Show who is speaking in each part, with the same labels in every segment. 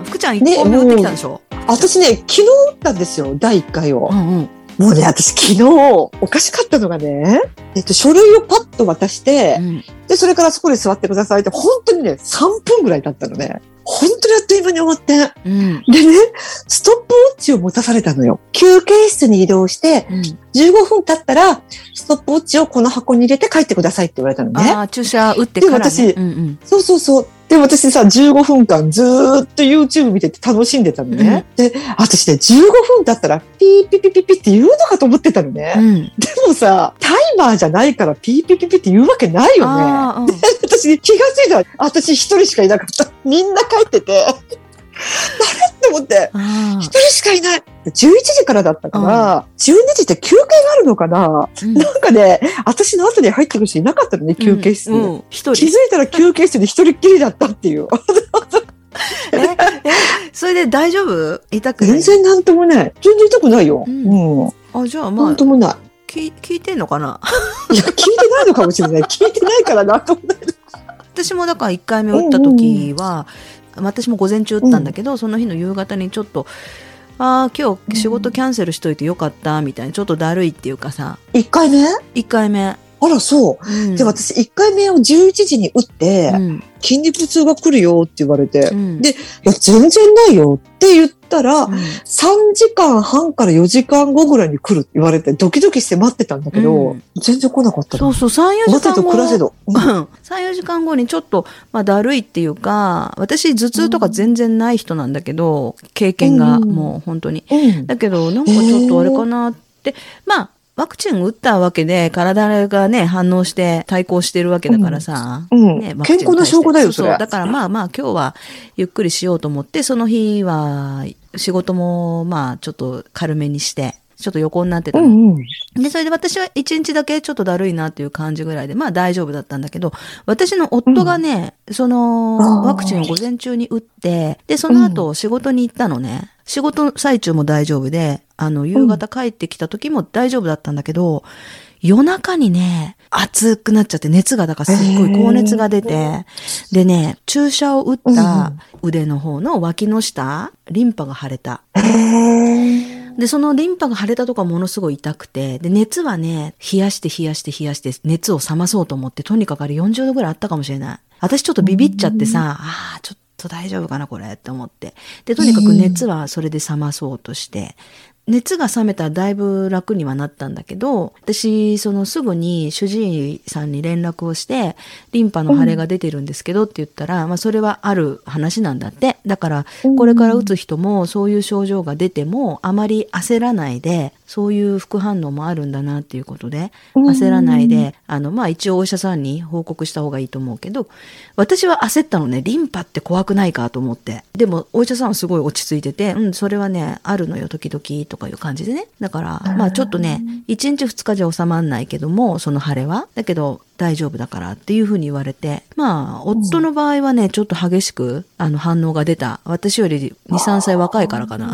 Speaker 1: ん。福ちゃん1本目打ってきたんでしょ、
Speaker 2: 私ね、昨日打ったんですよ、第1回を
Speaker 1: う。んうん。
Speaker 2: もうね、私昨日、おかしかったのがね、えっと、書類をパッと渡して、
Speaker 1: うん
Speaker 2: で、それからそこで座ってくださいって、本当にね、3分ぐらい経ったのね。本当にあっという間に終わって。
Speaker 1: うん。
Speaker 2: でね、ストップウォッチを持たされたのよ。休憩室に移動して、
Speaker 1: うん。
Speaker 2: 15分経ったら、ストップウォッチをこの箱に入れて帰ってくださいって言われたのね。
Speaker 1: ああ、注射打ってから、ね。
Speaker 2: で私
Speaker 1: うんうん。
Speaker 2: そうそうそう。で、私さ、15分間ずーっと YouTube 見てて楽しんでたのね。で、私ね、15分経ったら、ピーピピピピって言うのかと思ってたのね。
Speaker 1: うん。
Speaker 2: でもさ、タイマーじゃないからピーピーピーピーって言うわけないよね。
Speaker 1: ああ、うん
Speaker 2: 私気がついたら、私一人しかいなかった。みんな帰ってて。あれって思って。
Speaker 1: あ
Speaker 2: 一人しかいない。11時からだったから、12時って休憩があるのかな、
Speaker 1: ー。うん
Speaker 2: なんかね、私の後に入ってくる人いなかったのね、休憩室に。
Speaker 1: うんうん一
Speaker 2: 気
Speaker 1: 人
Speaker 2: づい。たら休憩室で一人っきりだったっていう。
Speaker 1: え、え、それで大丈夫痛くな
Speaker 2: 全
Speaker 1: い。
Speaker 2: 然なんともない。全然痛くないよ。
Speaker 1: う
Speaker 2: うんん。
Speaker 1: あ、じゃあ
Speaker 2: な
Speaker 1: まあ
Speaker 2: んと、もな
Speaker 1: き聞いてんのかな
Speaker 2: い。いや、聞いてないのかもしれない。 聞いてないからなんともない。
Speaker 1: 私もだから1回目打った時は、私も午前中打ったんだけど、その日の夕方にちょっと、ああ、今日仕事キャンセルしといてよかった、みたいな、ちょっとだるいっていうかさ、
Speaker 2: 一回目
Speaker 1: 1回目。
Speaker 2: あら、そう。
Speaker 1: うん
Speaker 2: で、私、1回目を11時に打って、
Speaker 1: うん
Speaker 2: 筋肉痛が来るよって言われて、
Speaker 1: う
Speaker 2: い
Speaker 1: ん
Speaker 2: でや、全然ないよって言ったら、
Speaker 1: うん
Speaker 2: 3時間半から4時間後ぐらいに来るって言われて、ドキドキして待ってたんだけど、
Speaker 1: うん
Speaker 2: 全然来なかった
Speaker 1: そ
Speaker 2: の
Speaker 1: うそう、3、4時
Speaker 2: 待て
Speaker 1: 間
Speaker 2: と暮らせ
Speaker 1: 後。
Speaker 2: ど。うん
Speaker 1: うん34時間後にちょっと、まあ、だるいっていうか私頭痛とか全然ない人なんだけど、経験が
Speaker 2: うん
Speaker 1: もう本当に
Speaker 2: うん
Speaker 1: だけどなんかちょっとあれかなって、まあワクチン打ったわけで体がね反応して対抗してるわけだからさ、
Speaker 2: うん
Speaker 1: ねワクチン
Speaker 2: 健康の証拠だよ、
Speaker 1: に対して
Speaker 2: そうれ。
Speaker 1: うだからまあまあ今日はゆっくりしようと思って、その日は仕事もまあちょっと軽めにして、ちょっと横になってた
Speaker 2: う
Speaker 1: の
Speaker 2: んうん。
Speaker 1: で、それで私は一日だけちょっとだるいなっていう感じぐらいで、まあ大丈夫だったんだけど、私の夫がね、その
Speaker 2: あー
Speaker 1: ワクチンを午前中に打って、で、その後仕事に行ったのね。仕事の最中も大丈夫で、あの、夕方帰ってきた時も大丈夫だったんだけど、夜中にね、暑くなっちゃって熱が、だからすっごい高熱が出て、でね、注射を打った腕の方の脇の下、リンパが腫れた。
Speaker 2: へー
Speaker 1: で、そのリンパが腫れたとかものすごい痛くて、で、熱はね、冷やして冷やして冷やして、熱を冷まそうと思って、とにかくあれ40度ぐらいあったかもしれない。私ちょっとビビっちゃってさ、ああ、ちょっと大丈夫かな、これって思って。で、とにかく熱はそれで冷まそうとして、熱が冷めたらだいぶ楽にはなったんだけど、私、そのすぐに主治医さんに連絡をして、リンパの腫れが出てるんですけどって言ったら、まあそれはある話なんだって。だから、これから打つ人もそういう症状が出ても、あまり焦らないで、そういう副反応もあるんだなっていうことで、
Speaker 2: うん
Speaker 1: 焦らないで、あの、まあ一応お医者さんに報告した方がいいと思うけど、私は焦ったのね、リンパって怖くないかと思って。でも、お医者さんはすごい落ち着いてて、うん、それはね、あるのよ、時々とかいう感じでね。だから、まあちょっとね、1日2日じゃ収まんないけども、その腫れは。だけど、大丈夫だからっていうふうに言われて。まあ、夫の場合はね、ちょっと激しく、あの、反応が出た。私より2、3歳若いからかな。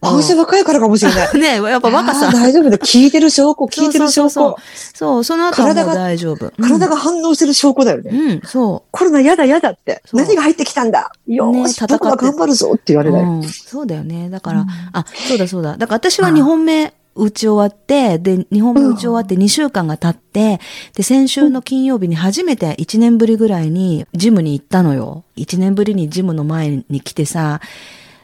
Speaker 2: あ、私若いからかもしれな い。
Speaker 1: ねやっぱ若
Speaker 2: あ
Speaker 1: さ
Speaker 2: ー。大丈夫だ。聞いてる証拠、聞いてる
Speaker 1: そう
Speaker 2: 証
Speaker 1: そうそ
Speaker 2: 拠。
Speaker 1: う。そう、その後はもう
Speaker 2: 体が
Speaker 1: 大丈夫。
Speaker 2: 体
Speaker 1: が。
Speaker 2: が反応してる証拠だよね。
Speaker 1: うん、そう。
Speaker 2: コロナやだやだって。
Speaker 1: そう
Speaker 2: 何が入ってきたんだよ
Speaker 1: ね
Speaker 2: ー
Speaker 1: 戦
Speaker 2: し、
Speaker 1: って
Speaker 2: パパが頑張るぞって言われない。
Speaker 1: うん、そうだよね。だから、あ、そうだそうだ。だから私は2本目打ち終わって、で、2本目打ち終わって2週間が経って、で、先週の金曜日に初めて1年ぶりぐらいにジムに行ったのよ。1年ぶりにジムの前に来てさ、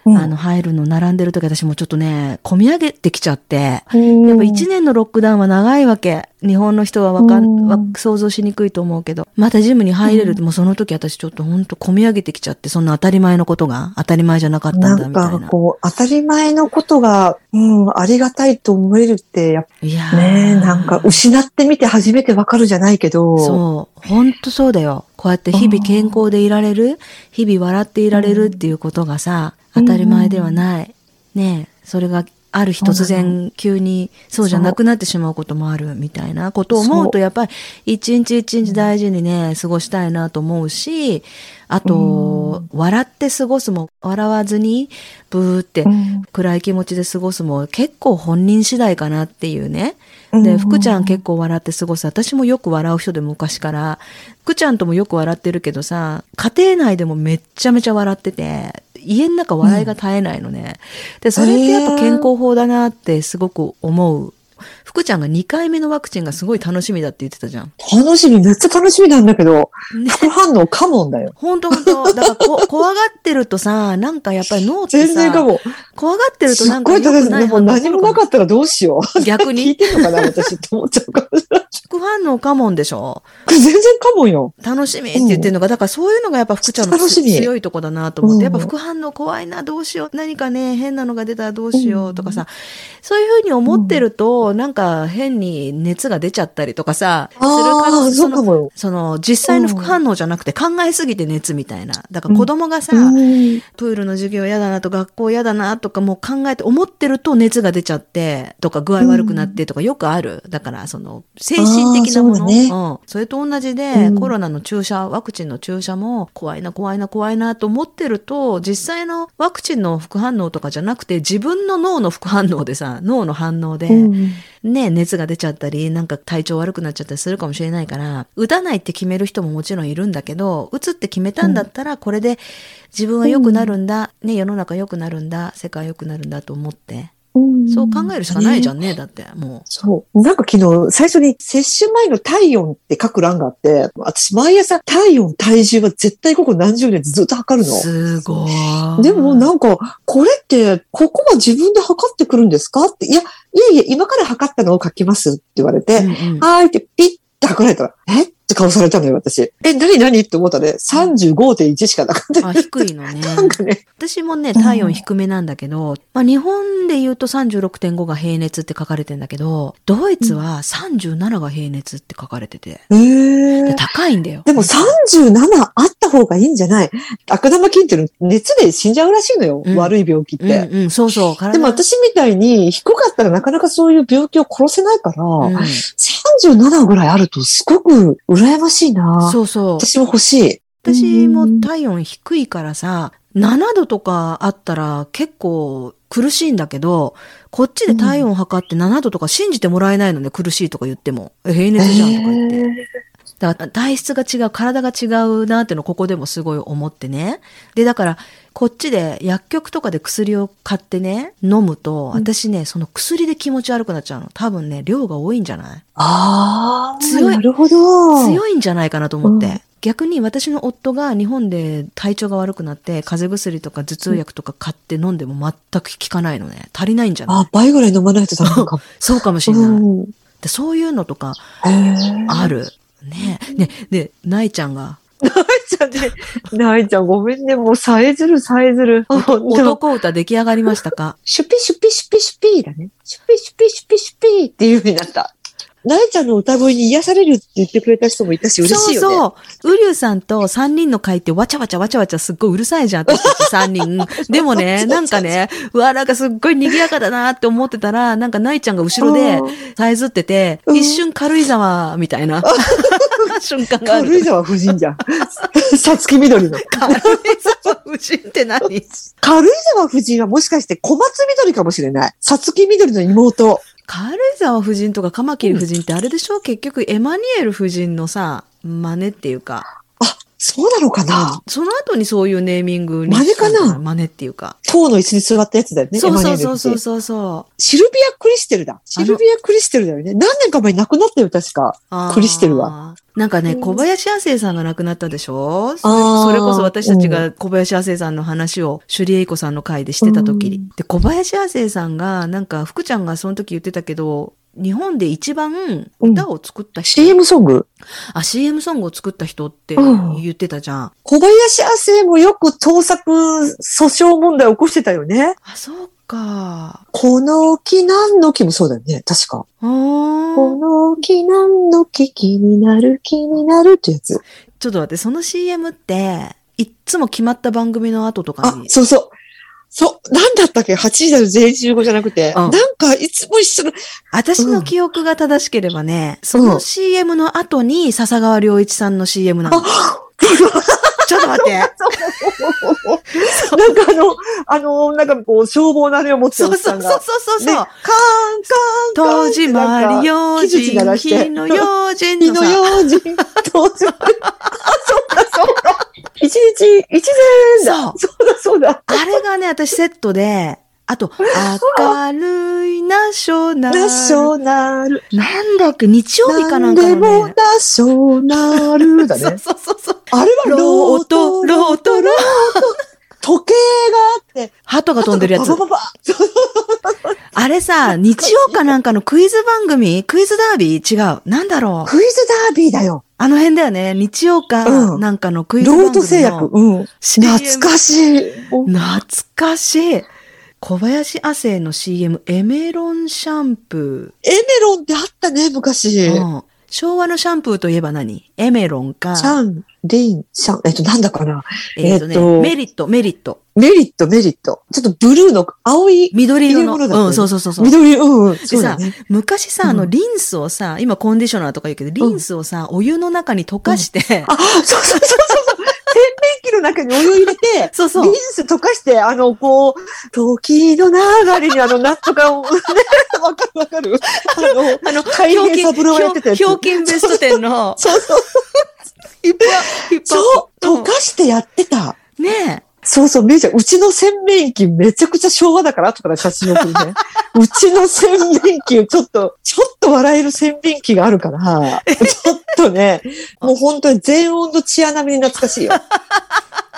Speaker 2: うん
Speaker 1: あの、入るの並んでる時私もちょっとね、込み上げてきちゃって、
Speaker 2: や
Speaker 1: やっぱ1年のロックダウンは長いわけ。日本の人はわかん、
Speaker 2: うん
Speaker 1: わ想像しにくいと思うけど。またジムに入れるって、もうその時私ちょっとほんと込み上げてきちゃって、そんな当たり前のことが当たり前じゃなかったんだみた
Speaker 2: ないん
Speaker 1: な。
Speaker 2: かこう、当たり前のことが、うん、ありがたいと思えるって、やっ
Speaker 1: いや
Speaker 2: ぱね、なんか失ってみて初めてわかるじゃないけど、
Speaker 1: そう。ほんとそうだよ。こうやって日々健康でいられる、日々笑っていられるっていうことがさ、
Speaker 2: う
Speaker 1: 当
Speaker 2: ん
Speaker 1: たり前ではない。ねえ、それがある日突然急にそうじゃなくなってしまうこともあるみたいなことを思う
Speaker 2: そ
Speaker 1: と、やっぱり一日一日大事にね、過ごしたいなと思うし、あと、笑って過ごすも、笑わずに、ブーって
Speaker 2: うん。
Speaker 1: 暗い気持ちで過ごすも結構本人次第かなっていうね。
Speaker 2: うん
Speaker 1: で、福ちゃん結構笑って過ごす。私もよく笑う人で昔から。福ちゃんともよく笑ってるけどさ、家庭内でもめっちゃめちゃ笑ってて、家の中笑いが絶えないのね。で、それってやっぱ健康法だなってすごく思う。福ちゃんが2回目のワクチンがすごい楽しみだって言ってたじゃん。
Speaker 2: 楽しみ、めっちゃ楽しみなんだけど、
Speaker 1: ね
Speaker 2: 副反応カモンだよ。
Speaker 1: ほんとほんと。だから こ、怖がってるとさ、なんかやっぱり脳って
Speaker 2: 全然か
Speaker 1: さ、
Speaker 2: も。
Speaker 1: 怖がってると
Speaker 2: す
Speaker 1: な
Speaker 2: っ
Speaker 1: んか
Speaker 2: ごい
Speaker 1: 良
Speaker 2: 高い
Speaker 1: く
Speaker 2: で
Speaker 1: な
Speaker 2: す
Speaker 1: い
Speaker 2: ね。もう何もなか
Speaker 1: っ
Speaker 2: ったらどうしよ
Speaker 1: た。逆
Speaker 2: う。聞い
Speaker 1: に
Speaker 2: てんのかな、私って思っちゃうから。こ
Speaker 1: 副反応かもんでしょ
Speaker 2: れ全然カモンよ。
Speaker 1: 楽しみって言ってるのが、だからそういうのがやっぱ福ちゃんの
Speaker 2: 楽しみ
Speaker 1: 強いとこだなと思っ
Speaker 2: うん
Speaker 1: て、やっぱ副反応怖いな、どうしよう、何かね、変なのが出たらどうしようとかさ、そういうふうに思ってると、なんか変に熱が出ちゃったりとかさ、する可
Speaker 2: あ
Speaker 1: 能
Speaker 2: あ、
Speaker 1: そ
Speaker 2: そうか
Speaker 1: の
Speaker 2: もよ。
Speaker 1: その実際の副反応じゃなくて考えすぎて熱みたいな。だから子供がさ、
Speaker 2: うん
Speaker 1: プールの授業嫌だなと学校嫌だなとかもう考えて思ってると熱が出ちゃってとか具合悪くなってとかよくある。だからその精神的なもの。
Speaker 2: あーそう
Speaker 1: うん。それと同じで、
Speaker 2: うん
Speaker 1: コロナの注射、ワクチンの注射も怖いな怖いな怖いなと思ってると実際のワクチンの副反応とかじゃなくて自分の脳の副反応でさ、脳の反応で、
Speaker 2: うん
Speaker 1: ね、熱が出ちゃったり、なんか体調悪くなっちゃったりするかもしれないから、打たないって決める人ももちろんいるんだけど、打つって決めたんだったら、これで自分は良くなるんだ、ね、世の中良くなるんだ、世界良くなるんだと思って、そう考えるしかないじゃ
Speaker 2: ん。ね
Speaker 1: んね、だって、も
Speaker 2: そう。なんか昨日、最初に接種前の体温って書く欄があって、私毎朝体温、体重は絶対ここ何十年ずっと測
Speaker 1: う。
Speaker 2: るの。
Speaker 1: すごい。
Speaker 2: でもなんか、これって、ここは自分で測ってくるんですかって、いや、いやいや、今から測ったのを書きますって言われ
Speaker 1: う
Speaker 2: て、
Speaker 1: んうん
Speaker 2: はーいってピッて測られたら、えって顔されたのよ、私。え、何何って思ったね。35.1しかなかった。
Speaker 1: あ、低いのね。
Speaker 2: なんかね、
Speaker 1: 私もね、体温低めなんだけど、まあ日本で言うと36.5が平熱って書かれてんだけど、ドイツは37が平熱って書かれてて、
Speaker 2: え
Speaker 1: で
Speaker 2: ー、
Speaker 1: 高いんだよ。
Speaker 2: でも37あった方がいいんじゃない悪玉菌っていうの熱で死んじゃうらしいのよ。
Speaker 1: うん
Speaker 2: 悪い病気って。
Speaker 1: うんうん、そうそう。体
Speaker 2: でも、私みたいに低かったらなかなかそういう病気を殺せないから、
Speaker 1: うん
Speaker 2: 37ぐらいあるとすごく羨ましいな。
Speaker 1: そうそう。
Speaker 2: 私も欲しい。
Speaker 1: 私も体温低いからさ、7度とかあったら結構苦しいんだけど、こっちで体温測って7度とか信じてもらえないのね、苦しいとか言っても。え平熱じゃんとか言って。
Speaker 2: え
Speaker 1: だから体質が違う、体が違うなっていうのをここでもすごい思ってね。で、だから、こっちで薬局とかで薬を買ってね、飲むと、
Speaker 2: うん
Speaker 1: 私ね、その薬で気持ち悪くなっちゃうの。多分ね、量が多いんじゃない
Speaker 2: ああ、
Speaker 1: 強い
Speaker 2: なるほど。
Speaker 1: 強いんじゃないかなと思って。
Speaker 2: うん
Speaker 1: 逆に私の夫が日本で体調が悪くなって、風邪薬とか頭痛薬とか買って飲んでも全く効かないのね。足りないんじゃない
Speaker 2: あ、倍ぐらい飲まないとダメかも。
Speaker 1: そうかもしれない。
Speaker 2: うん
Speaker 1: でそういうのとか
Speaker 2: へー
Speaker 1: ある。ねね、で、ないちゃんが、
Speaker 2: ちゃんね、ないちゃんごめんね、もうさえずるさえずる。
Speaker 1: 男歌出来上がりましたか
Speaker 2: シュピシュピシュピシュピーだね。シュピシュピシュピシュピーっていう風になった。ないちゃんの歌声に癒されるって言ってくれた人もいた し、嬉しいよね。
Speaker 1: そうそう。ウリュウさんと3人の会ってわちゃわちゃわちゃわちゃすっごいうるさいじゃん、私たち3人。 でもね、なんかね、うわ、なんかすっごい賑やかだなって思ってたら、なんかないちゃんが後ろで
Speaker 2: うん、
Speaker 1: さえずってて、
Speaker 2: うん
Speaker 1: 一瞬軽井沢みたいな 瞬間があ
Speaker 2: 軽
Speaker 1: る。
Speaker 2: 井沢夫人じ ゃん。さつきみどりの。
Speaker 1: 軽井沢夫人って何
Speaker 2: 軽井沢夫人はもしかして小松みどりかもしれない。さつきみどりの妹。
Speaker 1: 軽井沢夫人とかカマキリ夫人ってあれでしょ結局エマニュエル夫人のさ、真似っていうか、
Speaker 2: そうなのかな
Speaker 1: その後にそういうネーミングに
Speaker 2: 真似
Speaker 1: した
Speaker 2: か
Speaker 1: ん
Speaker 2: な
Speaker 1: じゃない真似っていうか。
Speaker 2: 塔の椅子に座ったやつだよね。
Speaker 1: そう
Speaker 2: エマ
Speaker 1: そ
Speaker 2: ニュエ
Speaker 1: う
Speaker 2: ル夫
Speaker 1: そう
Speaker 2: 人
Speaker 1: そうそうそう。
Speaker 2: シルビア・クリステルだ。シルビア・クリステルだよね。何年か前に亡くなったよ、確か。
Speaker 1: あー
Speaker 2: クリステルは。
Speaker 1: なんかね、
Speaker 2: うん
Speaker 1: 小林亜生さんが亡くなったでしょそ
Speaker 2: あー
Speaker 1: れそれこそ私たちが小林亜生さんの話を、シュリエイコさんの回でしてた時に。
Speaker 2: うん
Speaker 1: で、小林亜生さんが、なんか、福ちゃんがその時言ってたけど、日本で一番歌を作った人、
Speaker 2: CM ソング
Speaker 1: あ、CM ソングを作った人って
Speaker 2: うん
Speaker 1: 言ってたじゃん。
Speaker 2: 小林亜生もよく盗作訴訟問題起こしてたよね。
Speaker 1: あ、そうか。
Speaker 2: この木何の木もそうだよね、確か。
Speaker 1: うー
Speaker 2: こ
Speaker 1: ん
Speaker 2: の木何の木気になる気になるってやつ。
Speaker 1: ちょっと待って、その CM って、いっつも決まった番組の後とか
Speaker 2: あ、
Speaker 1: に。
Speaker 2: そうそう。そう、なんだったっけ ?8 時だよ、全員15じゃなくて。
Speaker 1: うん
Speaker 2: なんか、いつも一緒の、
Speaker 1: 私の記憶が正しければね、その CM の後に笹川良一さんの CM なの。 ちょっと待って。
Speaker 2: なんかあの、あの、なんかこう、消防のあれを持って
Speaker 1: そ
Speaker 2: るお
Speaker 1: う
Speaker 2: っさ
Speaker 1: そ
Speaker 2: ん
Speaker 1: う
Speaker 2: が。
Speaker 1: そうそうそ
Speaker 2: ね、カー
Speaker 1: う
Speaker 2: ン。カーンカーン
Speaker 1: 当時まり用
Speaker 2: 木槌
Speaker 1: 心
Speaker 2: 鳴、らして
Speaker 1: 火の用心
Speaker 2: 火
Speaker 1: の
Speaker 2: の
Speaker 1: さ。
Speaker 2: 用心、当時。あ、そうか、そうか。一日一千円だ。そうだそうだ。
Speaker 1: あれがね、私セットで、あと、明るいナショナル。
Speaker 2: ナショナル。
Speaker 1: なんだっけ、日曜日かな
Speaker 2: なんん
Speaker 1: か
Speaker 2: で
Speaker 1: の
Speaker 2: も
Speaker 1: ね。
Speaker 2: ナショナルだ
Speaker 1: そう
Speaker 2: ね。
Speaker 1: そうそうそう。
Speaker 2: あれは
Speaker 1: ロ
Speaker 2: ロ
Speaker 1: ー
Speaker 2: ー
Speaker 1: ト、
Speaker 2: ト、
Speaker 1: ロート、ロート。
Speaker 2: 時計があって、
Speaker 1: 鳩が飛んでるやつ
Speaker 2: バ。バババ
Speaker 1: あれさ、日曜かなんかのクイズ番組クイズダービー違う。なんだろう。
Speaker 2: クイズダービーだよ。
Speaker 1: あの辺だよね。日曜か
Speaker 2: うん
Speaker 1: なんかのクイズ番組の、
Speaker 2: ロート製薬。うん。
Speaker 1: CM
Speaker 2: 懐かしい。
Speaker 1: 懐かしい。小林亜生の CM、エメロンシャンプ
Speaker 2: エメロンってあったね、昔。
Speaker 1: ー。
Speaker 2: シ
Speaker 1: うん昭和のシャンプーといえば何エメロンか、
Speaker 2: ャン、リン、シャン、えっと、なんだかな。
Speaker 1: えっとね
Speaker 2: えっと
Speaker 1: メリット、メリット。
Speaker 2: メリット、メリット。ちょっとブルーの青い、
Speaker 1: 緑色
Speaker 2: 入れ物だったよ
Speaker 1: の。
Speaker 2: ね
Speaker 1: うん、そうそうそうそう。
Speaker 2: 緑、うん、うん、そう
Speaker 1: でさ
Speaker 2: だね。
Speaker 1: 昔さ、あの、
Speaker 2: うん
Speaker 1: リンスをさ、今コンディショナーとか言うけど、リンスをさ、お湯の中に溶かして、
Speaker 2: あ、そうそうそうそう。洗面器の中にお湯入れて、
Speaker 1: そう
Speaker 2: リ
Speaker 1: そ
Speaker 2: ン
Speaker 1: う。
Speaker 2: ス溶かして、あの、こう、時の流れにあの、なんとかを、ね、 わかるわかる。あの、あの、海
Speaker 1: ひょう
Speaker 2: 兵
Speaker 1: きん
Speaker 2: サブローがやってたやつ。
Speaker 1: ひょうきんベストテンの、
Speaker 2: そうそう。
Speaker 1: ヒップアヒップアッ
Speaker 2: そう、
Speaker 1: プ
Speaker 2: 溶かしてやってた。
Speaker 1: うんね
Speaker 2: そうそう、めちゃ、うちの洗面器めちゃくちゃ昭和だから、後から写真送る ね。うちの洗面器、ちょっと、ちょっと笑える洗面器があるから、ちょっと ね、もう本当に全温度血穴みに懐かしいよ。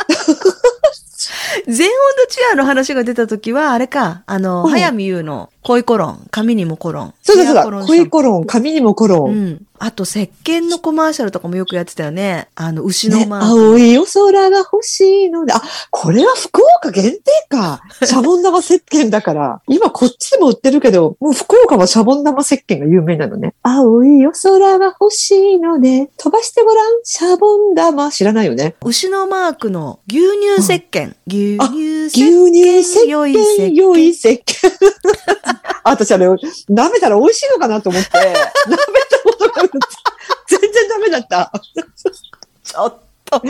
Speaker 1: え。全温度チアの話が出た時は、あれか、あの、
Speaker 2: うん
Speaker 1: 早見優の恋コロン、髪にもコロン。
Speaker 2: そうだそう
Speaker 1: ヘア
Speaker 2: だ、
Speaker 1: シャン
Speaker 2: 恋コロン、髪にもコロン。
Speaker 1: うん。あと、石鹸のコマーシャルとかもよくやってたよね。あの、牛の
Speaker 2: ね、
Speaker 1: マーク。
Speaker 2: 青いお空が欲しいので、あ、これは福岡限定 か。シャボン玉石鹸だから。今こっちでも売ってるけど、もう福岡はシャボン玉石鹸が有名なのね。青いお空が欲しいので、飛ばしてごらん、シャボン玉。知らないよね。
Speaker 1: 牛のマークの牛乳石鹸。牛
Speaker 2: あ
Speaker 1: 乳
Speaker 2: 牛
Speaker 1: 石
Speaker 2: 乳
Speaker 1: 鹸。
Speaker 2: 石鹸、
Speaker 1: 良い石鹸。
Speaker 2: 良い石鹸。あ私あれ、舐めたら美味しいのかなと思って、舐めたことが全然ダメだった。
Speaker 1: ちょっと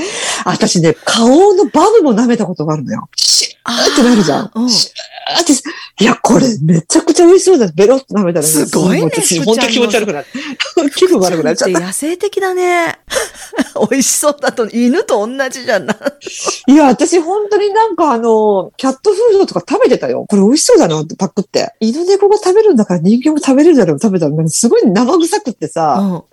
Speaker 2: 私ね、顔のバブも舐めたことがあるのよ。シューってなるじゃ
Speaker 1: あーうん
Speaker 2: ん。シューって、いや、これめちゃくちゃ美味しそうだ。ベロッと舐めたら、
Speaker 1: すごいね
Speaker 2: 私
Speaker 1: 福ちゃんの
Speaker 2: 本当気持ち悪くな る。気分悪くなっちゃっ
Speaker 1: ちゃんって野生的だ ね。美味しそうだと、犬と同じじゃんな。
Speaker 2: た。いや、私本当になんかあの、キャットフードとか食べてたよ。これ美味しそうだなってパクって。犬猫が食べるんだから人間も食べれるだろう食べたら、すごい生臭くってさ。
Speaker 1: うん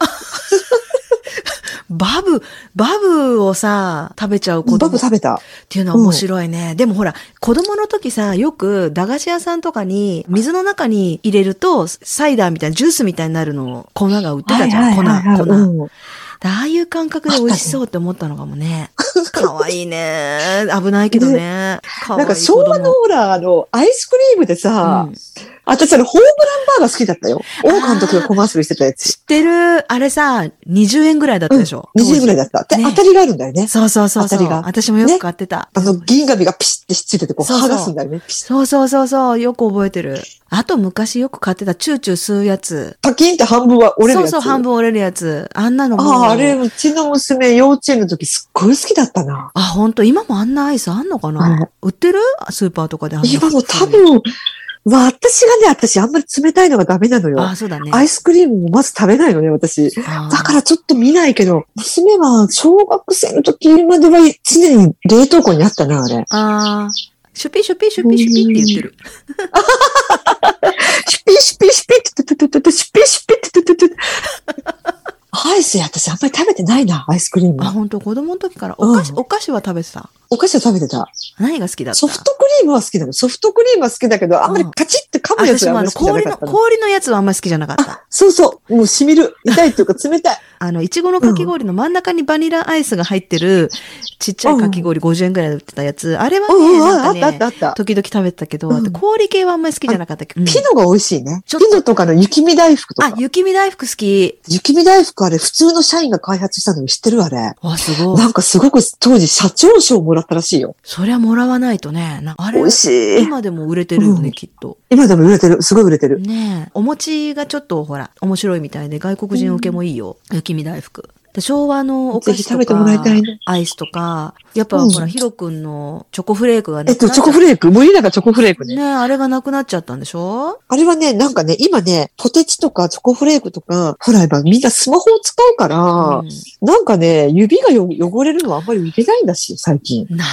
Speaker 1: バブ、バブをさ、食べちゃう子
Speaker 2: バ
Speaker 1: 供
Speaker 2: ブ
Speaker 1: っ
Speaker 2: 食べた。
Speaker 1: ていうのは面白いね。でもほら、子供の時さ、よく駄菓子屋さんとかに、水の中に入れると、サイダーみたいな、ジュースみたいになるのを、粉が売ってたじゃん。粉、粉。
Speaker 2: うん
Speaker 1: でああいう感覚で美味しそうって思ったのかもね。かわいいね。危ないけどね。かわ
Speaker 2: ないん
Speaker 1: い
Speaker 2: か
Speaker 1: 子
Speaker 2: 昭
Speaker 1: 供
Speaker 2: 和のほら、あの、アイスクリームでさ、
Speaker 1: うん
Speaker 2: 私、あれ、ホームランバーが好きだったよ。王監督がコマーシャルしてたやつ。
Speaker 1: 知ってる、あれさ、20円ぐらいだったでしょ。
Speaker 2: 20円ぐらいだった。で、
Speaker 1: ね
Speaker 2: 当たりがあるんだよね。
Speaker 1: そうそうそうそう。
Speaker 2: 当たりが
Speaker 1: 私もよく買ってた。
Speaker 2: あの、銀紙がピシッてひっついてて、こう、
Speaker 1: そうそう
Speaker 2: 剥がすんだよね。ピシッ
Speaker 1: そうそうそうそう、よく覚えてる。あと昔よく買ってたチューチュー吸うやつ。
Speaker 2: パキンって半分は折れ
Speaker 1: そ
Speaker 2: るや
Speaker 1: う
Speaker 2: つ。
Speaker 1: そう、半
Speaker 2: 分。
Speaker 1: 分折れるやつ。あんなのもう
Speaker 2: ああ、あれ、うちの娘、幼稚園の時、すっごい好きだったな。
Speaker 1: あ、ほんと、今もあんなアイスあんのかな、
Speaker 2: はい
Speaker 1: 売ってるスーパーとかであんな
Speaker 2: 今も多。分、まあ、私がね、私、あんまり冷たいのがダメなのよ。
Speaker 1: あ、そうだね。
Speaker 2: アイスクリームもまず食べないのね、私。
Speaker 1: あー
Speaker 2: だからちょっと見ないけど、娘は小学生の時までは常に冷凍庫にあったな、あれ。
Speaker 1: あーシュピシュピシュピシュピって言ってる。
Speaker 2: シュピシュピシュピっててててて、シュピシュピっててててて。アイスや私あんまり食べてないな、アイスクリー
Speaker 1: あ、
Speaker 2: ム。
Speaker 1: ほんと、子供の時からお菓子、
Speaker 2: うん
Speaker 1: お菓子は食べてた。
Speaker 2: お菓子は食べてた。
Speaker 1: 何が好きだった
Speaker 2: ソフトクリームは好きなの。ソフトクリームは好きだけど、あんまりカチッて噛むやつ
Speaker 1: 私
Speaker 2: が
Speaker 1: も
Speaker 2: あ
Speaker 1: あ
Speaker 2: んまり
Speaker 1: の、
Speaker 2: 好きじゃな
Speaker 1: 氷
Speaker 2: か
Speaker 1: の、
Speaker 2: ったの。
Speaker 1: 氷のやつはあんまり好きじゃなかった。
Speaker 2: そうそう。もう染みる。痛いというか冷 たい。
Speaker 1: あの、いちごのかき氷の真ん中にバニラアイスが入ってる、ちっちゃいかき氷50円ぐらいで売ってたやつ。あれはね、
Speaker 2: うんうん、あ
Speaker 1: な
Speaker 2: っ
Speaker 1: ん
Speaker 2: た
Speaker 1: か
Speaker 2: あ
Speaker 1: ね
Speaker 2: ったあった。
Speaker 1: 時々食べてたけど、
Speaker 2: うん
Speaker 1: 氷系はあんまり好きじゃなかったけど。うん
Speaker 2: ピノが美味しいね。
Speaker 1: ち
Speaker 2: ピ
Speaker 1: ょっと
Speaker 2: ノとかの雪見大福と
Speaker 1: あ
Speaker 2: か、。
Speaker 1: 雪見大福好き。
Speaker 2: 雪見大福あれ、普通の社員が開発したのに知ってるあれ。
Speaker 1: わ、すごい
Speaker 2: な。んかすごく当時社長賞をもらったらしいよ。
Speaker 1: そりゃもらわないとね。なあれ
Speaker 2: 美味、しい。
Speaker 1: 今でも売れてるよね、
Speaker 2: うん
Speaker 1: きっと。
Speaker 2: 今でも売れてる。すごい売れてる。
Speaker 1: ねえ。お餅がちょっとほら、面白いみたいで、外国人受けもいいよ。雪見大福。で昭和のお
Speaker 2: ぜ
Speaker 1: 菓
Speaker 2: ひ
Speaker 1: 子
Speaker 2: 食
Speaker 1: と
Speaker 2: べてもらいた
Speaker 1: か、
Speaker 2: いな。
Speaker 1: アイスとか、やっぱ
Speaker 2: うん
Speaker 1: ほら、ヒロ君のチョコフレークが
Speaker 2: えっ
Speaker 1: ね、
Speaker 2: と、チョコフレーク、森永チョコフレークね。
Speaker 1: ね、あれがなくなっちゃったんでしょ
Speaker 2: あれはね、なんかね、今ね、ポテチとかチョコフレークとか、ほら、今みんなスマホを使うから、
Speaker 1: うん
Speaker 2: なんかね、指がよ汚れるのはあんまりいけないんだし、最近。
Speaker 1: な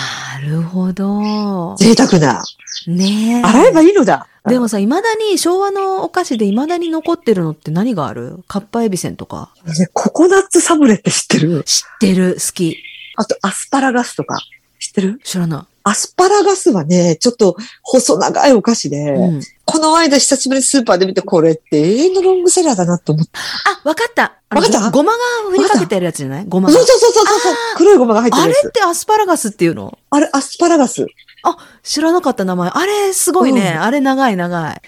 Speaker 1: るほど。
Speaker 2: 贅沢な。
Speaker 1: ねえ。
Speaker 2: 洗えばいいのだ。
Speaker 1: でもさ、未だに、昭和のお菓子で未だに残ってるのって何があるカッパエビセンとか。
Speaker 2: あのね、ココナッツサブレって知ってる
Speaker 1: 知ってる、好き。
Speaker 2: あと、アスパラガスとか。知ってる
Speaker 1: 知らな
Speaker 2: アスパラガスはね、ちょっと細長いお菓子で、
Speaker 1: い。うん。
Speaker 2: この間久しぶりにスーパーで見て、これって永遠のロングセラーだなと思って。
Speaker 1: あ、わかった。あの
Speaker 2: わかった
Speaker 1: ごごまが振りかけてるやつじゃないごま
Speaker 2: そう
Speaker 1: が
Speaker 2: そ。うそうそうそう、黒いごまが入って
Speaker 1: あ
Speaker 2: る
Speaker 1: れ
Speaker 2: や
Speaker 1: っ
Speaker 2: つ。
Speaker 1: てアスパラガスっていうの
Speaker 2: あれ、アスパラガス。ね
Speaker 1: 知らなかった名前。あれ、すごいね。
Speaker 2: うん
Speaker 1: あれ、長い長い。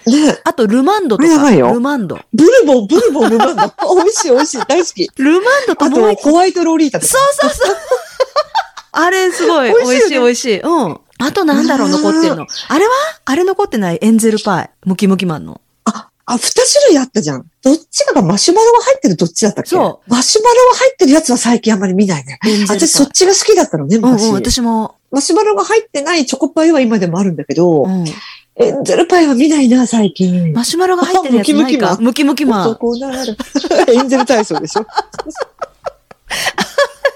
Speaker 1: あと、ルマンドと
Speaker 2: あれ
Speaker 1: か。
Speaker 2: 長いよ
Speaker 1: ルマンド。
Speaker 2: ブルボン、ブルボン、ルマンド。美味しい、美味しい。大好き。
Speaker 1: ルマンドと
Speaker 2: あ
Speaker 1: もう
Speaker 2: と、
Speaker 1: 一
Speaker 2: ホワイトローリータ
Speaker 1: 個。
Speaker 2: と
Speaker 1: そ
Speaker 2: か。
Speaker 1: うそう そう。あれ、すごい。
Speaker 2: 美
Speaker 1: 美
Speaker 2: 味
Speaker 1: 味
Speaker 2: し
Speaker 1: し
Speaker 2: い
Speaker 1: い、
Speaker 2: よ
Speaker 1: 美味しい。うん。あと、なんだろう、残ってるの。あれはあれ残ってないエンゼルパイ。ムキムキマンの。
Speaker 2: あ、あ、二種類あったじゃん。どっちかがマシュマロが入ってるどっちだったっけ。
Speaker 1: そう
Speaker 2: マシュマロが入ってるやつは最近あんまり見ないね。
Speaker 1: エンゼルパイ。
Speaker 2: 私そっちが好きだったのね、
Speaker 1: うんう
Speaker 2: 昔。
Speaker 1: ん、私も。
Speaker 2: マシュマロが入ってないチョコパイは今でもあるんだけど、
Speaker 1: うん。
Speaker 2: エンゼルパイは見ないな、最近。
Speaker 1: マシュマロが入ってるやつないか。ムキムキマン。
Speaker 2: 男なら。エンゼル体操でしょ。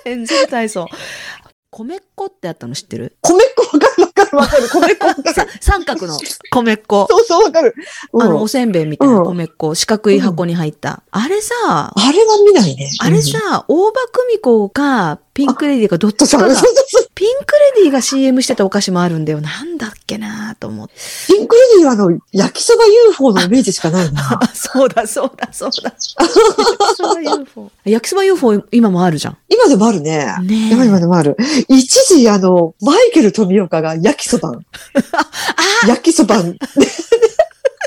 Speaker 1: エンゼル体操。米っ子ってあったの知ってる
Speaker 2: 米っこわかるわかる わかる。米っこわか
Speaker 1: さ
Speaker 2: る。
Speaker 1: 三角の米っ子。
Speaker 2: そうそうわかる。うん
Speaker 1: あの、おせんべいみたいな
Speaker 2: うん
Speaker 1: 米っ子。四角い箱に入った。あれさ、
Speaker 2: あれは見ないね。
Speaker 1: あれさ、大場久美子か、ピンクレディーか、どっ
Speaker 2: うん、
Speaker 1: ち
Speaker 2: そう
Speaker 1: か
Speaker 2: そう
Speaker 1: が
Speaker 2: そう、 そう。
Speaker 1: ピンクレディーが CM してたお菓子もあるんだよ。なんだっけなと思って。
Speaker 2: ピンクレディーはあの、焼きそば UFO のイメージしかな いな。
Speaker 1: あ、そうだ、そうだ、そう だ。焼きそば UFO。焼きそば UFO 今もあるじゃん。
Speaker 2: 今でもあるね。
Speaker 1: ねえ。
Speaker 2: 今でもある。一時、あの、マイケル富岡が焼きそ ばん。焼きそばん。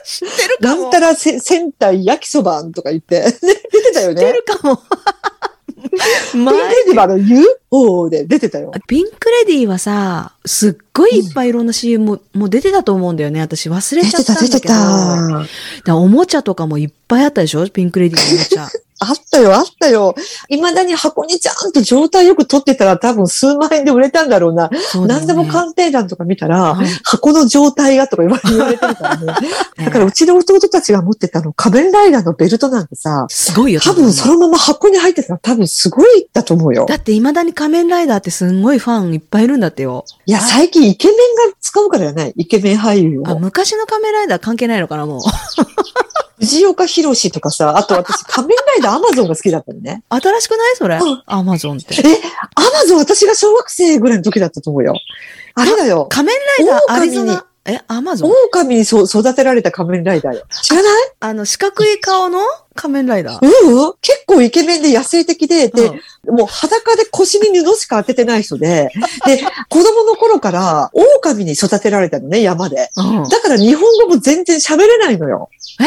Speaker 1: 知ってる
Speaker 2: な
Speaker 1: か
Speaker 2: ん
Speaker 1: も
Speaker 2: た。らせ戦隊焼きそばんとか言って、 ね出てたよ
Speaker 1: 知って
Speaker 2: ね。
Speaker 1: る かも。
Speaker 2: ピ
Speaker 1: 前
Speaker 2: ンクレディーはあの UFO で出てたよ。
Speaker 1: ピンクレディーはさ、すっごいいっぱいいろんな CM も,、もう出てたと思うんだよね。私忘れ
Speaker 2: 出
Speaker 1: ちゃってた
Speaker 2: た、
Speaker 1: んだけ
Speaker 2: 出
Speaker 1: ど。
Speaker 2: て
Speaker 1: だか
Speaker 2: た。
Speaker 1: らおもちゃとかもいっぱいあったでしょピンクレディーのおもち ゃ。
Speaker 2: あったよ、あったよ。未だに箱にちゃんと状態よく取ってたら多分数万円で売れたんだろうな。
Speaker 1: そうだよ
Speaker 2: 何
Speaker 1: ね
Speaker 2: でも鑑定団とか見たら
Speaker 1: うん、
Speaker 2: 箱の状態がとか言わ言われてるから ね。だから
Speaker 1: ね
Speaker 2: うちの弟たちが持ってたあの仮面ライダーのベルトなんてさ、
Speaker 1: すごいよ。
Speaker 2: 多分そのまま箱に入ってたら多分すごいだと思うよ
Speaker 1: だ。って未だに仮面ライダーってすんごいファンいっぱいいるんだってよ。
Speaker 2: いや、最近イケメンが使うからじゃない。イケメン俳優
Speaker 1: あ、
Speaker 2: を。
Speaker 1: 昔の仮面ライダー関係ないのかな もう。
Speaker 2: 藤岡弘とかさ、あと 私仮面ライダーアマゾンが好きだったのね。
Speaker 1: 新しくないそれ
Speaker 2: うん。
Speaker 1: アマゾンって
Speaker 2: え。、アマゾン私が小学生ぐらいの時だったと思うよ。あれだよ。
Speaker 1: 仮面ライダーアリゾ
Speaker 2: 狼
Speaker 1: ナ。え、アマゾン
Speaker 2: 狼にそ育てられた仮面ライダーよ。知らない
Speaker 1: あの、四角い顔の仮面ライダー。
Speaker 2: うん結構イケメンで野生的で、で、
Speaker 1: うん
Speaker 2: もう裸で腰に布しか当ててない人で、で、子供の頃から狼に育てられたのね、山で。
Speaker 1: うん
Speaker 2: だから日本語も全然喋れないのよ。
Speaker 1: え、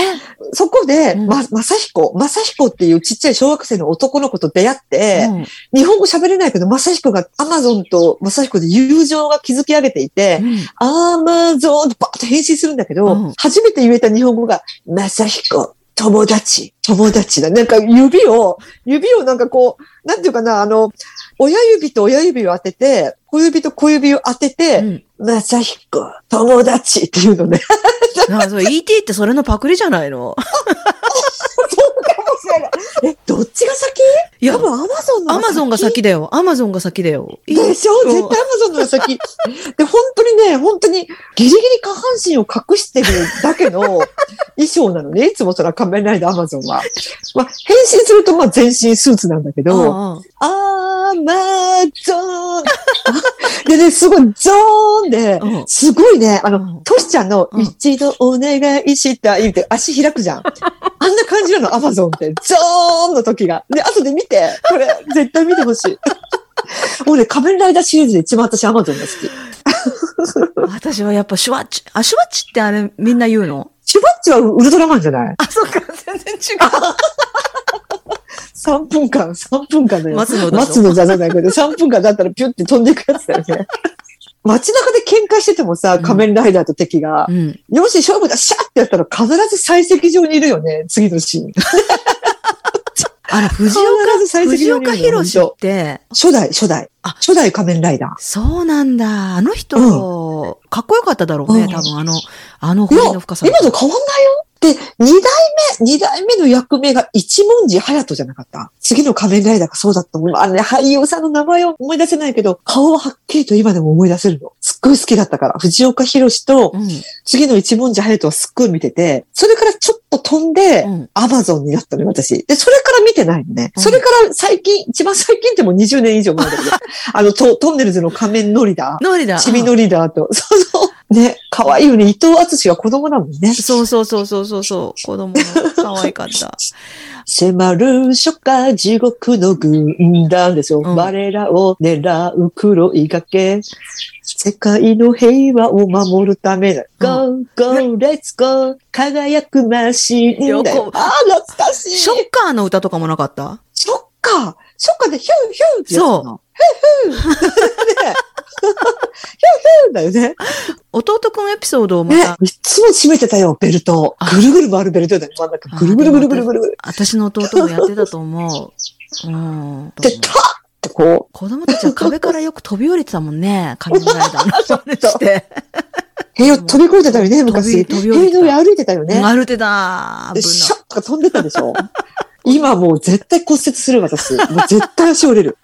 Speaker 2: そこで、
Speaker 1: うん
Speaker 2: ま、まさひこ、まさひこっていうちっちゃい小学生の男の子と出会って、
Speaker 1: うん
Speaker 2: 日本語喋れないけど、まさひこがアマゾンとまさひこで友情が築き上げていて、アマゾンってバーッと変身するんだけど、
Speaker 1: うん
Speaker 2: 初めて言えた日本語が、まさひこ、友達、友達だ。なんか指を、指をなんかこう、なんていうかな、あの、親指と親指を当てて、小指と小指を当て
Speaker 1: う
Speaker 2: て、
Speaker 1: ん。
Speaker 2: まさひこ、友達っていうのね。
Speaker 1: なんかそれ ET ってそれのパクリじゃない の
Speaker 2: そうかもしれない。え、どっちが先
Speaker 1: いや
Speaker 2: 多、分アマゾンの
Speaker 1: アマゾンが先だよ。アマゾンが先だよ。いい
Speaker 2: でしょ
Speaker 1: うん
Speaker 2: 絶対アマゾンの先。で、本当にね、本当にギリギリ下半身を隠してるだ けの衣装なのね。いつもそら仮面ライダーアマゾンは。まあ、変身するとまあ全身スーツなんだけど、
Speaker 1: うんうん
Speaker 2: アマゾン でね、すごいゾーンで
Speaker 1: う、ん
Speaker 2: すごいね、あ
Speaker 1: う
Speaker 2: の、
Speaker 1: ん
Speaker 2: トシちゃんの
Speaker 1: うん
Speaker 2: 一度お願いしたいって足開くじゃん。あんな感じなの、アマゾンって。ゾーンの時が。で、後で見て、これ、絶対見てほしい。もうね、仮面ライダーシリーズで一番私アマゾンが好き。
Speaker 1: 私はやっぱシュワッチ。あ、シュワッチってあれみんな言うの
Speaker 2: シュバッチはウルトラマンじゃない
Speaker 1: あ、そっか、全然違う。
Speaker 2: ?3 分間、3分間だよ。
Speaker 1: 松野だ
Speaker 2: 松の座じゃないけど、3分間だったらピュって飛んでいくやつだよね。街中で喧嘩しててもさ、仮面ライダーと敵が、
Speaker 1: うん。
Speaker 2: よし、勝負だ、シャッってやったら必ず採石場にいるよね、次のシーン。
Speaker 1: あの、藤
Speaker 2: 必ず
Speaker 1: 岡、
Speaker 2: 最適
Speaker 1: 藤
Speaker 2: な料理
Speaker 1: 岡弘って、
Speaker 2: 初代、初代。
Speaker 1: あ
Speaker 2: 初代仮面ライダ
Speaker 1: そうなんだ。あの人、かっこよかっただろう
Speaker 2: う
Speaker 1: ね、
Speaker 2: ん
Speaker 1: 多分あの、あの
Speaker 2: ー。い
Speaker 1: 骨
Speaker 2: や、
Speaker 1: の
Speaker 2: 今
Speaker 1: 深さ。
Speaker 2: と変わんないよ。で、二代目、二代目の役目が一文字隼人じゃなかった。次の仮面ライダーがそうだった。あのね、俳優さんの名前を思い出せないけど、顔ははっきりと今でも思い出せるの。すっごい好きだったから。藤岡弘と
Speaker 1: うん。
Speaker 2: 次の一文字隼人はすっごい見てて、それからちょっと飛んで、
Speaker 1: うん。
Speaker 2: アマゾンになったのよ、私。で、それから見てないのね。
Speaker 1: うん
Speaker 2: それから最近、一番最近ってもう20年以上前だけ ど、あの、トトンネルズの仮面ノリだ。
Speaker 1: ノリだ。
Speaker 2: チビノリだと。 そうそう。ね、可愛いよね。伊藤敦は子供だもんね。
Speaker 1: そうそうそうそうそうそう。子供の可愛か った。
Speaker 2: 迫る初夏地獄の軍団ですよ。
Speaker 1: うん
Speaker 2: 我らを狙う黒い崖。世界の平和を守るためだ。Go, go, let's go. 輝くマシーンだよ
Speaker 1: よ。く
Speaker 2: あー、懐かしい。
Speaker 1: ショッカーの歌とかもなかった
Speaker 2: そっか。そっかで、ヒューヒューってやつなの。ヒューヒュー。ねヒューヒューだよね。
Speaker 1: 弟くんエピソードをま
Speaker 2: ね
Speaker 1: た、。
Speaker 2: いっつも締めてたよ、ベルト
Speaker 1: あ。
Speaker 2: ぐるぐる回るベルトだよ。真ん中ぐるぐるぐるぐるぐるぐる。
Speaker 1: 私の弟もやってたと思う。うん。
Speaker 2: で、たってこ
Speaker 1: 子供たちは壁からよく飛び降りてたもん ね。仮面ライダーの真似して。
Speaker 2: う、塀を飛び越えてたよね、昔。
Speaker 1: 飛
Speaker 2: 塀
Speaker 1: び降りた
Speaker 2: の上歩いてたよね。
Speaker 1: 歩いてた。
Speaker 2: で、
Speaker 1: 危
Speaker 2: シャッとか飛んでたでしょ。今もう絶対骨折する、私。もう絶対足折れる。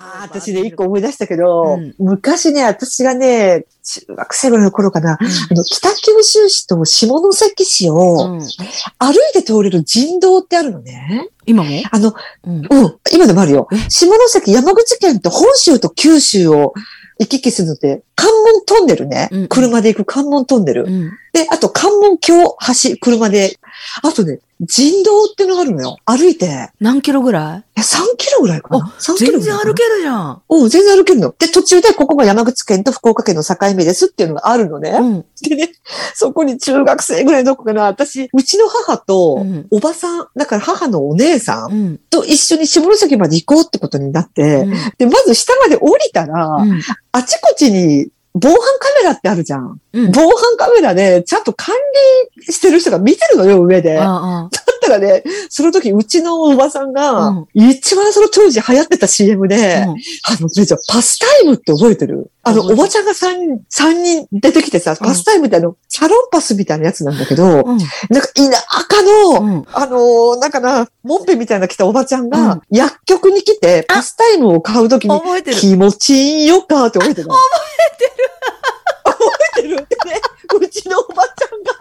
Speaker 2: あー私ね、一個思い出したけど、
Speaker 1: うん
Speaker 2: 昔ね、私がね、中学生ぐらいの頃かな、
Speaker 1: ない
Speaker 2: あの、北九州市と下関市
Speaker 1: う
Speaker 2: を
Speaker 1: んうん
Speaker 2: 歩いて通れる人道ってあるのね。
Speaker 1: 今も
Speaker 2: あの、
Speaker 1: うん。
Speaker 2: うん、今でもあるよ
Speaker 1: え。
Speaker 2: 下関、山口県と本州と九州を行き来するのって、関門トンネルね
Speaker 1: うん。
Speaker 2: 車で行く関門トンネル。
Speaker 1: うん。
Speaker 2: で、あと関門橋橋、車で。あとね、人道ってのがあるのよ。歩いて。え
Speaker 1: 何キロぐら
Speaker 2: 3キロぐらいかな。3
Speaker 1: い
Speaker 2: キロ
Speaker 1: 全
Speaker 2: ぐ
Speaker 1: 然
Speaker 2: らいかな。
Speaker 1: 歩けるじゃん。
Speaker 2: うん、全然歩けるの。で、途中でここが山口県と福岡県の境目ですっていうのがあるのね。
Speaker 1: うん。
Speaker 2: でね、そこに中学生ぐらいの子かな、私、うちの母と
Speaker 1: うん、
Speaker 2: おばさん、だから母のお姉さ
Speaker 1: うんん。
Speaker 2: と一緒に下関まで行こうってことになって、
Speaker 1: うん
Speaker 2: で、まず下まで降りたら、
Speaker 1: うん
Speaker 2: あちこちに防犯カメラってあるじゃん。
Speaker 1: うん。
Speaker 2: 防犯カメラで、ちゃんと管理してる人が見てるのよ、上で。だっ
Speaker 1: ああ
Speaker 2: たらね、その時、うちのおばさんが、
Speaker 1: うん
Speaker 2: 一番その当時流行ってた CM で、
Speaker 1: うん
Speaker 2: あの、じゃあパスタイムって覚えてるあの、
Speaker 1: 覚えて
Speaker 2: お
Speaker 1: る
Speaker 2: ばちゃんが3人、三人出てきてさ、パスタイムってあの、サロンパスみたいなやつなんだけど、
Speaker 1: うん。
Speaker 2: なんか田舎の、
Speaker 1: うん。
Speaker 2: あのーなんかな、モンペみたいなの着たおばちゃん
Speaker 1: うん
Speaker 2: が、薬局に来て、
Speaker 1: あ
Speaker 2: パスタイムを買うときに、
Speaker 1: 覚えてる。
Speaker 2: 気持ちいいよかって覚えてる。覚えてる覚えてるってね、うちのおばちゃんが、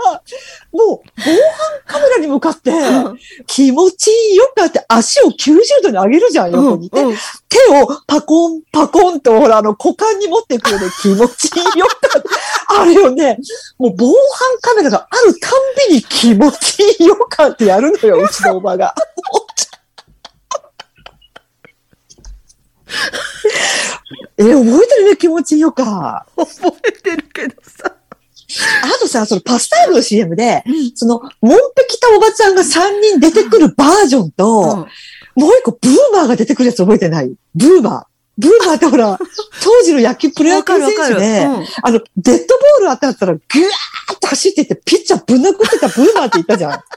Speaker 2: もう、防犯カメラに向かって、
Speaker 1: うん
Speaker 2: 気持ちいいよかって足を90度に上げるじゃん、横に。で
Speaker 1: うんうん
Speaker 2: 手をパコンパコンと、ほら、あの、股間に持ってくるね、気持ちいいよかって。あれをね、もう防犯カメラがあるたんびに気持ちいいよかってやるのよ、うちのおばが。 え、覚えてるね、気持ちいいよか。
Speaker 1: 覚えてるけどさ。
Speaker 2: あとさ、そのパスタイムの CM で、
Speaker 1: うん
Speaker 2: その、モンペ着たおばちゃんが3人出てくるバージョンと、もう一個、ブーマーが出てくるやつ覚えてないブーマー。ブーマーってほ ら、当時の野球プロ
Speaker 1: わ
Speaker 2: 野
Speaker 1: か
Speaker 2: 球
Speaker 1: るわか
Speaker 2: 選手
Speaker 1: る。
Speaker 2: で、
Speaker 1: うん
Speaker 2: あの、デッドボール当たったら、ぐわーって走っていって、ピッチャーぶん殴ってたブーマーって言ったじゃん。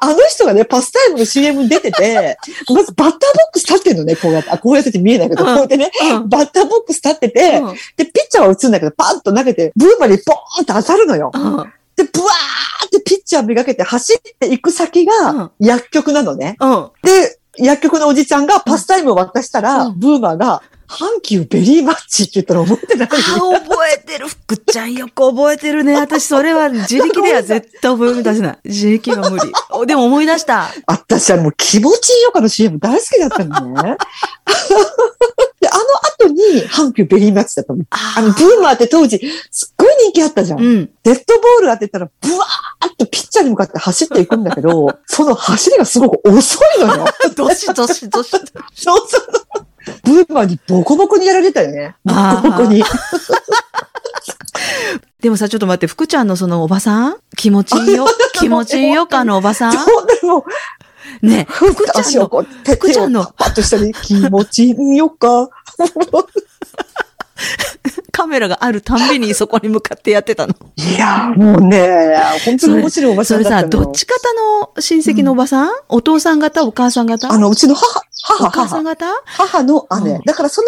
Speaker 2: あの人がね、パスタイムの CM に出てて、まずバッターボックス立ってんのね、こうやって。あ、こうやってて見えないけど、
Speaker 1: う
Speaker 2: こ
Speaker 1: ん
Speaker 2: うやってね、
Speaker 1: うん
Speaker 2: バッターボックス立ってて、
Speaker 1: うん
Speaker 2: で、ピッチャーは打つんだけど、パンと投げて、ブーマーにボーンと当たるのよ。
Speaker 1: うんうん
Speaker 2: で、ブワーってピッチャーめがけて走っていく先
Speaker 1: うん
Speaker 2: が、薬局なのね。
Speaker 1: うん
Speaker 2: で、薬局のおじちゃんがパスタイムを渡したら、
Speaker 1: うん
Speaker 2: ブーマーが、阪急ベリーマッチって言ったら覚えて ない
Speaker 1: あー覚えてる。ふっちゃんよく覚えて るね。私、それは自力では絶対覚え出せない。自力が無理。お でも思い出した。
Speaker 2: 私はもう気持ちいいよかの CM 大好きだったのね。で、あの後に阪急ベリーマッチだったの。
Speaker 1: あ
Speaker 2: あの、ブーマーって当時、すっごい人気あったじゃん。
Speaker 1: うん。
Speaker 2: デッドボール当てたら、ブワーっとピッチャーに向かって走っていくんだけど、その走りがすごく遅いのよ。
Speaker 1: どしどしどし。
Speaker 2: そうそう。ブーマーにボコボコにやられたよね。ボ
Speaker 1: あー
Speaker 2: コボコに。
Speaker 1: でもさ、ちょっと待って、福ちゃんのそのおばさん気持ちいい よ。気持ちいいよかのおば さん
Speaker 2: そうでも、
Speaker 1: ねえ、
Speaker 2: ふ
Speaker 1: 福ちゃん
Speaker 2: 足を
Speaker 1: の、
Speaker 2: こう、手
Speaker 1: 福ちゃんの
Speaker 2: 手をパッとしたり、気持ちいいよか。
Speaker 1: カメラがあるたんびにそこに向かってやってたの。
Speaker 2: いやー、もうね、本当に面白いおばち
Speaker 1: そ
Speaker 2: ゃん
Speaker 1: れ
Speaker 2: だっ
Speaker 1: さ、
Speaker 2: たの
Speaker 1: ど
Speaker 2: よ
Speaker 1: っち方の親戚のおばさん、お父さん方お母さん方
Speaker 2: あの、うちの母、
Speaker 1: お
Speaker 2: 母、
Speaker 1: 母さん
Speaker 2: 母、
Speaker 1: 方
Speaker 2: 母の姉。
Speaker 1: うん
Speaker 2: だからその、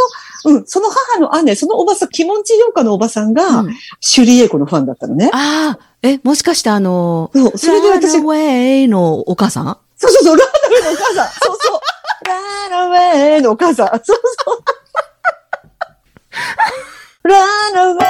Speaker 2: うん、その母の姉、そのおばさん、キモンチヨーカのおばさんが、
Speaker 1: うん
Speaker 2: シュリエイコのファンだったのね。
Speaker 1: ああ、え、もしかしてあの、
Speaker 2: そう、それで私、
Speaker 1: ラ
Speaker 2: そ
Speaker 1: ン
Speaker 2: う
Speaker 1: ウェイのお母さん
Speaker 2: そうそう、ラーダメのお母さん。そうそう。ラーダメのお母さん。そうそう。ラーダメ